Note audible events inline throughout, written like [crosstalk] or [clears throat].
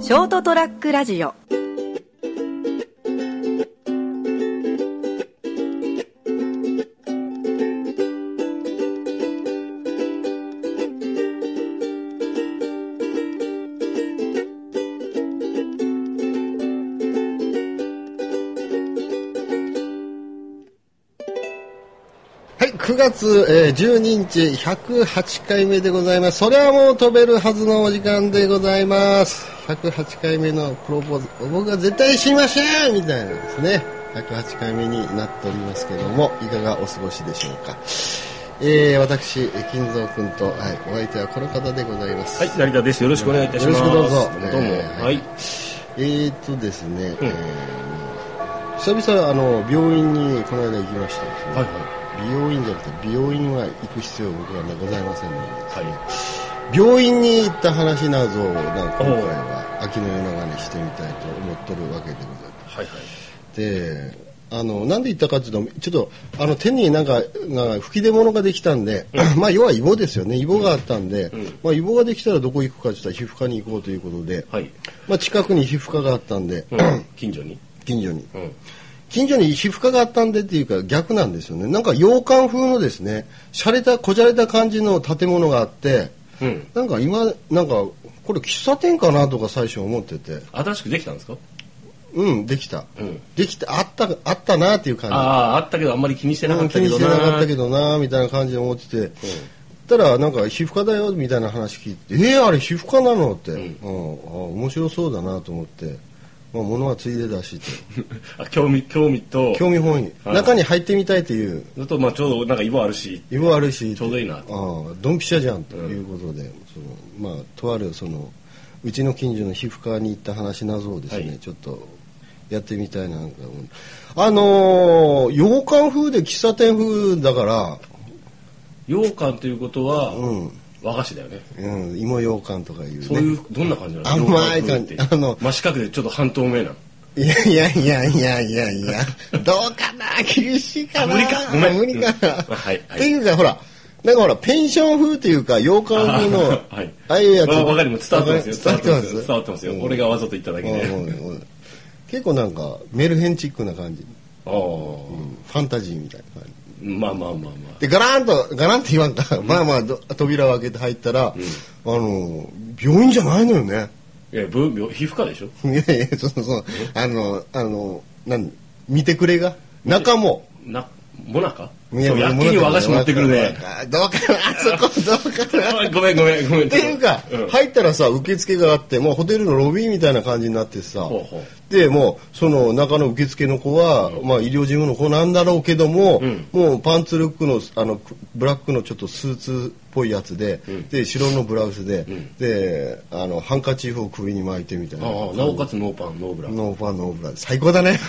ショートトラックラジオはい、9月、えー12日108回目でございます。それはもう飛べるはずのお時間でございます。108回目のプロポーズ、僕は絶対しませんみたいなですね。108回目になっておりますけども、いかがお過ごしでしょうか。えー、私、えー金蔵君と、はい、お相手はこの方でございます。はい、成田です。よろしくお願いいたします。よろしくどうぞどうも。えーはい。えーっとですね、えー久々、あの、病院にこの間行きましたですねはい。美容院じゃなくて美容院は行く必要僕はございませんので、は病院に行った話などをなんか今回おうは秋の夜長にしてみたいと思っとるわけでございまい。はい。すであのなんで行ったかっていうとちょっとあの手になんかなんか吹き出物ができたんで、 [laughs] まあ要はイボですよねイボがあったんで、まあ、イボができたらどこ行くかって言ったら皮膚科に行こうということで、はい。まあ、近くに皮膚科があったんで、 [coughs] うん近所に。近所に、うん。近所に皮膚科があったんでっていうか逆なんですよねなんか洋館風のですね洒落たこじゃれた感じの建物があってうん。なんか今なんかこれ喫茶店かなとか最初思ってて新しくできたんですかうんできた、うんできたあったあったなっていう感あじあ、あったけど、あんまり気にしてなかうっん気たけにしどてな。なかったけどなみたいな感じで思ってて、たらなんか皮膚科だよみたいな話聞いてえー、あれ皮膚科なのって、うんああ面白そうだなと思って、まあ、物はついでだしってあ興味、興味と、興味本位はい中に入ってみたいというだと、まあ、ちょうど、なんか、イボあるし。イボあるしちょうどいいなああドンピシャじゃんということで、そのまあとあるそのうちの近所の皮膚科に行った話なぞをですね、はいちょっとやってみたいななんか思うあのー洋館風で喫茶店風だから、羊羹ということは、うん和菓子だよね。うん、芋洋館とかいうねそういう、どんな感じなの甘い羊羹風って感じあの真四角でちょっと半透明な。いやいやいやいやいやいやどうかな厳しいかな無理かごめん無理かな、うんはいはいっていうかほらなんかほらペンション風というか洋館風のあ [laughs] はい。ああいうやつわわかります。伝わってますよ。伝わってます伝わってますよ。うん俺がわざと言っただけで。うんうんうん結構なんかメルヘンチックな感じ、ああ。ファンタジーみたいな感じまあまあまあまあ。でガランとガランと言わんか、まあまあど扉を開けて入ったら、あの病院じゃないのよね [laughs] いや、ぶぶ皮膚科でしょいやいやそうそうあのあのなん見てくれが中もな、もなかいそうやっけに和菓子持ってくるね。どうかなあそこどうか [laughs] なあごめんごめんごめん。っていうか、ん入ったらさ受付があってもうホテルのロビーみたいな感じになってさほうほでもうその中の受付の子は、まあ、医療事務の子なんだろうけども、んもうパンツルックのあのくブラックのちょっとスーツっぽいやつで,、で白のブラウスで,、であのハンカチーフを首に巻いてみたいな。ああ、なおかつノーパン、ノーブラ。ノーファンノーブラ最高 [laughs] だね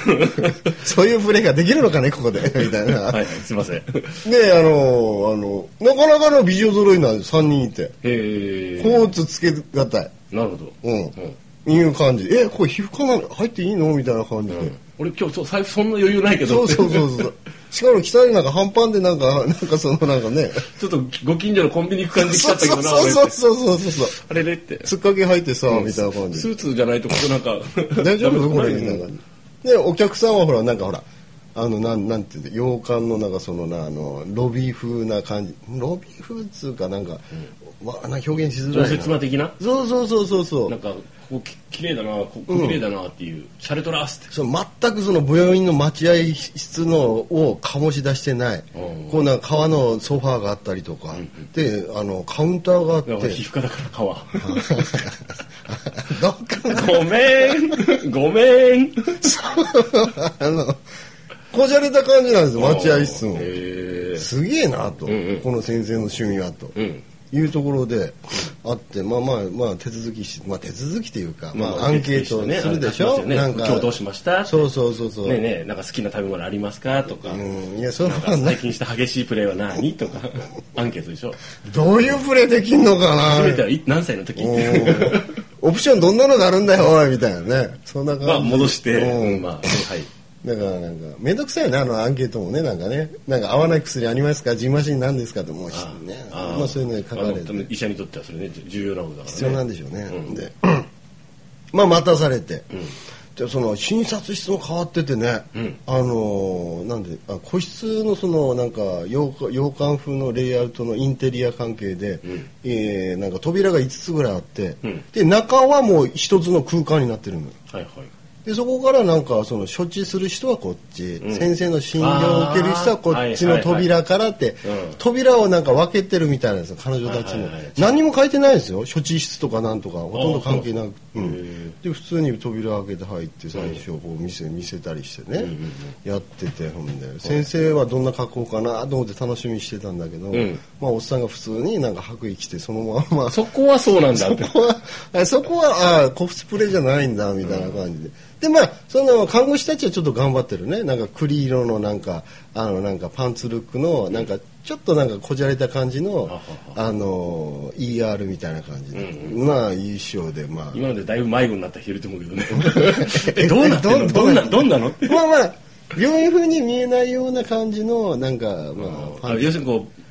そういうプレーができるのかねここでみたいな、はいはい、すいませ [laughs] ん。へであのあのなかなかの美女揃いなんで3人いてえ。コーツつけがたい、なるほど。うんいう感じえこれ皮膚科なの入っていいのみたいな感じで、うん俺今日そう財布そんな余裕ないけそどうそうそうそうしかも着たりなんか半パンでなんかなんかそのなんかね [laughs] ちょっとご近所のコンビニ行く感じ来ちそゃうったけそどうなそう俺そうそうそうそうあれれってつっかけ入ってさ、みたいな感じスでーツじゃないとここなんか [laughs] 大丈夫 [laughs] これみダたいなメだ感じでお客さんはほらなんかほらあのなんなんていうの洋館のなんかそのなあのロビー風な感じロビー風っつうかなんか、わなんか表現しづら常いな設な的なそうそうそうそうそうなんかここき綺麗だなここ綺麗だなっていうシャレトラースってその全くその病院の待合室のを醸し出してない、うんこうなんか革のソファーがあったりとか、であのカウンターがあっだからて皮膚科だから川 [laughs] どっかなごめんごめんあのこじゃれた感じなんですよ待合室もへえすげえなと、んうんこの先生の趣味はと。うんいうところであってまあまあまあ手続きし、まあ、手続きというか、まあ、アンケートするでしょ、ね、なんか今日どうしましたそうそうそうそう、ねえねえなんか好きな食べ物ありますかとか、うんいやそんななんのはかない最近した激しいプレーは何 [laughs] とかアンケートでしょどういうプレーできんのかな初めてはい何歳の時っおてー [laughs] オプションどんなのがあるんだよおいみたいなねそんな感じ [laughs] まあ戻して、ううんんまあはいだからなんか面倒くさいねあのアンケートもねなんかねなんか合わない薬ありますかジンマシンなんですかってもうひねあーまあそういうのに書かれあの多分て医者にとってはそれね重要なことだからね必要なんでしょうね、 [clears throat] うんでまあ待たされて、でその診察室も変わっててね、んあのーなんであ個室のそのなんか洋館洋館風のレイアウトのインテリア関係で、えーなんか扉が5つぐらいあって、うんで中はもう1つの空間になってるのよはいはいでそこからなんかその処置する人はこっち、ん先生の診療を受ける人はこっちあーはいはいはのい扉からって、うん扉をなんか分けてるみたいなんですよ彼女たちも、はいはいはい何も書いてないんですよ処置室とかなんとかほとんど関係なく、そううへんー、で普通に扉開けて入って最初こう見せ見せたりしてね、やっててほんで先生はどんな格好かなと思って楽しみにしてたんだけど、んまあ、おっさんが普通になんか白衣着てそのまんまそこはそうなんだってそこは [laughs] あそこはあコスプレじゃないんだみたいな感じで、でまあその看護師たちはちょっと頑張ってるねなんか栗色のなんかあのなんかパンツルックのなんかちょっとなんかこじゃれた感じの、あの ER みたいな感じで、まあいい衣装でまあ今のでだいぶ迷子になった人いると思うけ [laughs] どねえどうなってんのどどんんななどんなのってまあまあ病院風に見えないような感じのなんかまあパあンツ要するにこう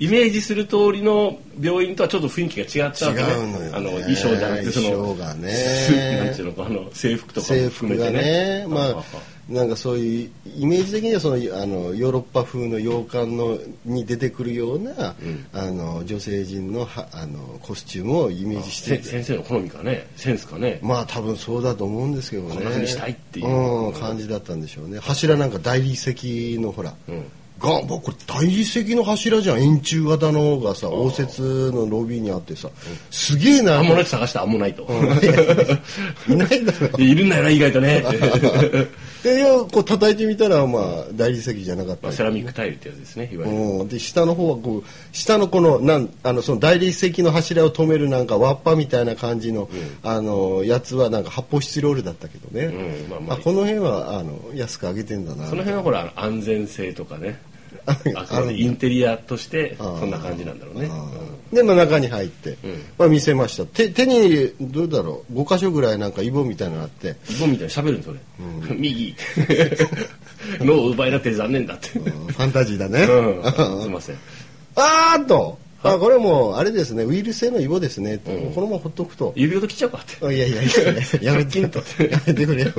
イメージする通りの病院とはちょっと雰囲気が違っちゃう違うのよねあの衣装じゃなくてその衣装がねスなんていうの [laughs] かあの制服とかも制含服めがてねねまはあはなんかそういうイメージ的にはそのあのヨーロッパ風の洋館のに出てくるような、あの女性陣のはあのコスチュームをイメージしてせ先生の好みかねセンスかねまあ多分そうだと思うんですけどねこんな風にしたいっていううん感じだったんでしょうね柱なんか大理石のほら、うんが僕これ大理石の柱じゃん円柱型のがさ応接のロビーにあってさすげえなアンモナイト探してアンモナイトいないだろで [laughs] いるんだよな意外とね [laughs] でよこう叩いてみたらまあ大理石じゃなかったまありセラミックタイルってやつですねいわゆるうん、で下の方はこう下のこのなんあのその大理石の柱を止めるなんか輪っぱみたいな感じの、あのやつはなんか発泡スチロールだったけどね、うんまあまあこの辺はあの安く上げてんだなその辺はほら安全性とかねああくまあでるインテリアとしてあーそんな感じなんだろうねあーで、まあ、中に入って、んまあ、見せました手手にどうだろう5箇所ぐらいなんかイボみたいなのあってイボみたいに喋るんですよ俺、右 [laughs] 脳を奪いなって残念だってあーファンタジーだね、うんすいません [laughs] あーっと、あ、これもうあれですねウイルス性のイボですね、このままほっとくと指ごと切っちゃうかっていやいやいやいや、やめてと。やめてくれよ。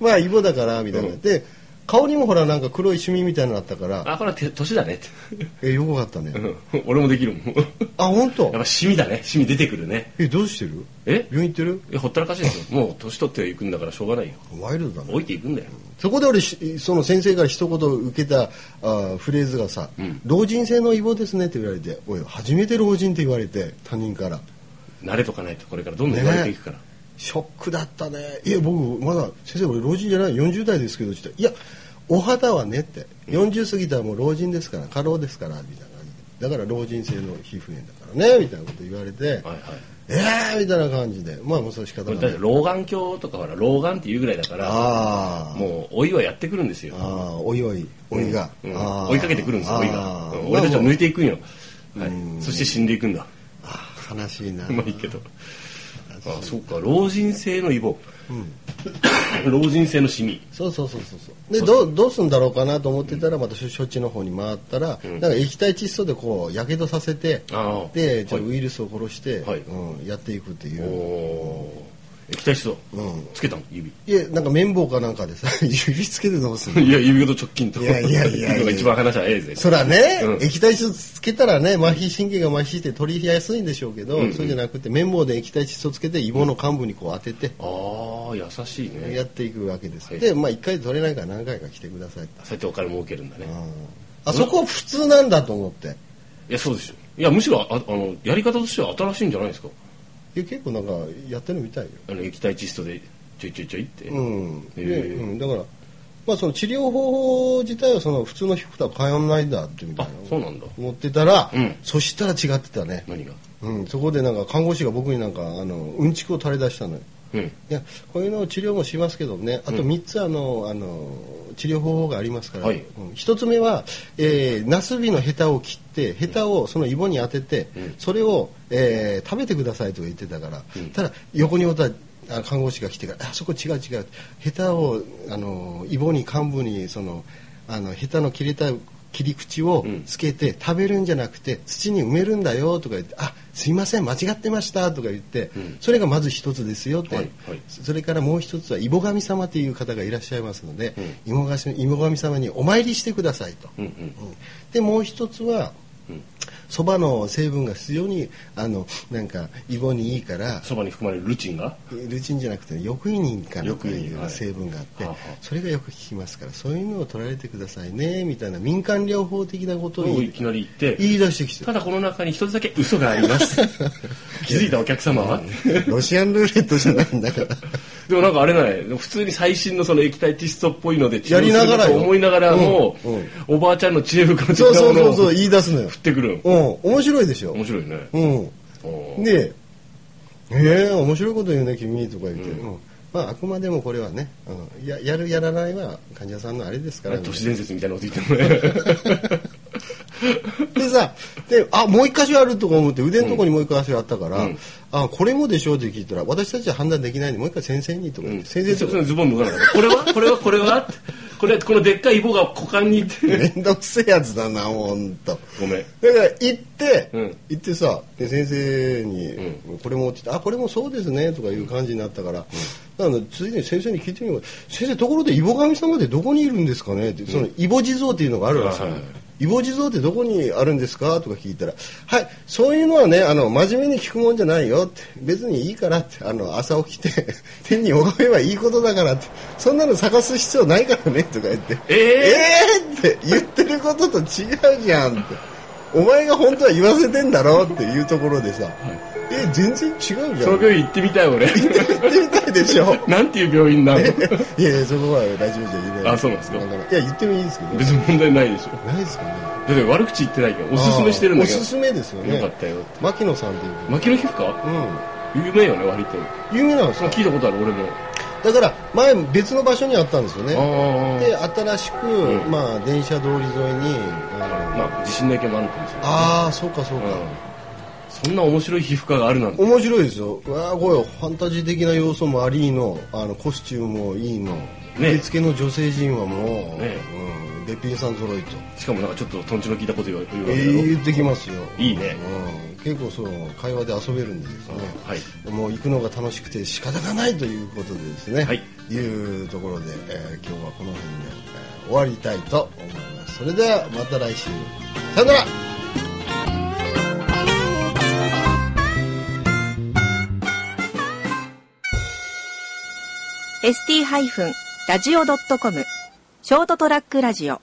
まあ、イボだから、みたいな。で、顔にもほら、なんか黒いシミみたいなのあったから、あこれはて年だねってえ、よくわかったね。うん俺もできるもんやっあ、本当ぱシミだねシミ出てくるねえ、どうしてるえ病院行ってるいやほったらかしいですよもう年取っていくんだからしょうがないよワイルドだね。老いていくんだよそこで俺し、その先生から一言受けたあーフレーズがさ、老人性のイボですねって言われて、おい、初めて老人って言われて、他人から。慣れとかないとこれからどんどん言われていくから、ショックだったねいや僕まだ先生俺老人じゃない40代ですけどって言ったらいやお肌はねって40過ぎたらもう老人ですから過労ですからみたいな感じでだから老人性の皮膚炎だからねみたいなこと言われてはいはいえーみたいな感じでまあもうそれ仕方これなだっいて老眼鏡とかほら老眼っていうぐらいだからああもう老いはやってくるんですよああおいおいおいが、うんあー追いかけてくるんですよあー老いがうんまあ俺たちをもう抜いていくんよ、はい、そして死んでいくんだあー悲しいな [laughs] まあいいけどあそうか老人性のイボ、老人性のシミそうそうそうそうそうでどうどうするんだろうかなと思ってたらまた処置の方に回ったら、なんか液体窒素でこうやけどさせてああでちょっはといウイルスを殺して、はいうん、やっていくっていおうおー液体窒素、うんつけたの指 [laughs] いやなんか綿棒かなんかでさ [laughs] 指つけてどうするのいや指ごと直近といやいやい [laughs] やいやうのが一番話はええぜそらね、うん液体窒素つけたらね麻痺神経が麻痺して取りやすいんでしょうけど、そうじゃなくて綿棒で液体窒素つけてイボの幹部にこう当てて、ああ優しいねやっていくわけです、はいでまあ1回で取れないから何回か来てくださいってそうやってお金儲けるんだねあそこ普通なんだと思っていやそうでしょいやむしろああのやり方としては新しいんじゃないですかいや結構なんかやってるみたいよあの液体窒素でちょいちょいちょいって、うん、へでえうん、だから、まあ、その治療方法自体はその普通の皮膚とは変わらないんだってみたいあなそうなんだ思ってたら、うんそしたら違ってたね、何がうん、そこでなんか看護師が僕になんかあのうんちくを垂れ出したのようんいやこういうのを治療もしますけどねあと3つあの、あの治療方法がありますから、はいうん一つ目は、えー、ナスビのヘタを切ってヘタをそのイボに当てて、それを、えー食べてくださいとか言ってたから、ただ横におったあ看護師が来てから「あそこ違う違う」ヘタをあのイボに幹部にそのあのヘタの切れた切り口をつけて食べるんじゃなくて土に埋めるんだよとか言って「あすいません間違ってました」とか言ってそれがまず一つですよってはいはいそれからもう一つはイボ神様という方がいらっしゃいますのでイボ神イボ神様にお参りしてくださいと。うんうんうんでもう一つはそばの成分が非常にあのなんかイボにいいからそばに含まれるルチンがルチンじゃなくて抑イニンかなとい抑イニンうはい成分があってはあはあそれがよく効きますからそういうのを取られてくださいねみたいな民間療法的なことををい言いきなり言って言い出してきてただこの中に一つだけ嘘があります [laughs] 気づいたお客様はロシアンルーレットじゃないん [laughs] だから。でもなんかあれない普通に最新のその液体窒素っぽいので治療するやりながらとよ思いながらも、うんうんおばあちゃんの知恵袋的そうなそもうのそをうそう振言い出すのよ。ってくるうん面白いでしょ面。白いね、うん。おーで「えー、面白いこと言うね君」とか言って、うんまあ、あくまでもこれはねあのややるやらないは患者さんのあれですかあられ都市伝説みたいなこと言ってるねでさであもう一箇所あるとか思って腕のとこにもう一箇所あったから、うんあこれもでしょうって聞いたら私たちは判断できないんでもう一回先生にとか言って、先生 [laughs] とそうかそうズボン脱がなかったこれはこれはこれはこれこのでっかいイボが股間にいって面倒くせえやつだなほんと。ご [laughs] めんだから行って、うん行ってさで先生に、これも」って言ってあこれもそうですね」とかいう感じになったから、なのでついに先生に聞いてみよう先生ところでイボ神様ってどこにいるんですかね?」ってそのイボ地蔵っていうのがあるらしい、はいはいイボ地蔵ってどこにあるんですかとか聞いたら「はいそういうのはねあの真面目に聞くもんじゃないよ」って「別にいいから」ってあの朝起きて [laughs] 天に拝めばいいことだからってそんなの探す必要ないからねとか言ってえーえーって言ってることと違うじゃんってお前が本当は言わせてんだろっていうところでさ、え全然違うじゃんその行って病院行ってみたい俺 [laughs] みたいでしょなんていう病院なのいやいやそこはラジオじゃ言えないあそうなんですかだらいや言ってもいいんですけど別に問題ないでしょないですかねだって悪口言ってないけどおすすめしてるんだけどあーおすすめですよねよかったよって牧野さんっていう牧野皮膚科う有名よね割とん有名なんですそよう聞いたことある俺もだから前別の場所にあったんですよねあで新しく、んまあ電車通り沿いに、あのまあ地震の影響もあるかもしれないああそうかそうか、うんそんな面白い皮膚科があるなんて面白いですよわあこれファンタジー的な要素もありのあのコスチュームもいいの、ね受付の女性陣はもう、ねうん、べっぴんさん揃いと、しかもなんかちょっととんちの聞いたこと言わ言うわけだろ、言ってきますよいいねうん、結構その会話で遊べるんでですねはいもう行くのが楽しくて仕方がないということでですね、はいいうところで、えー今日はこの辺で、えー終わりたいと思いますそれではまた来週さよなら ST-radio.com ショートトラックラジオ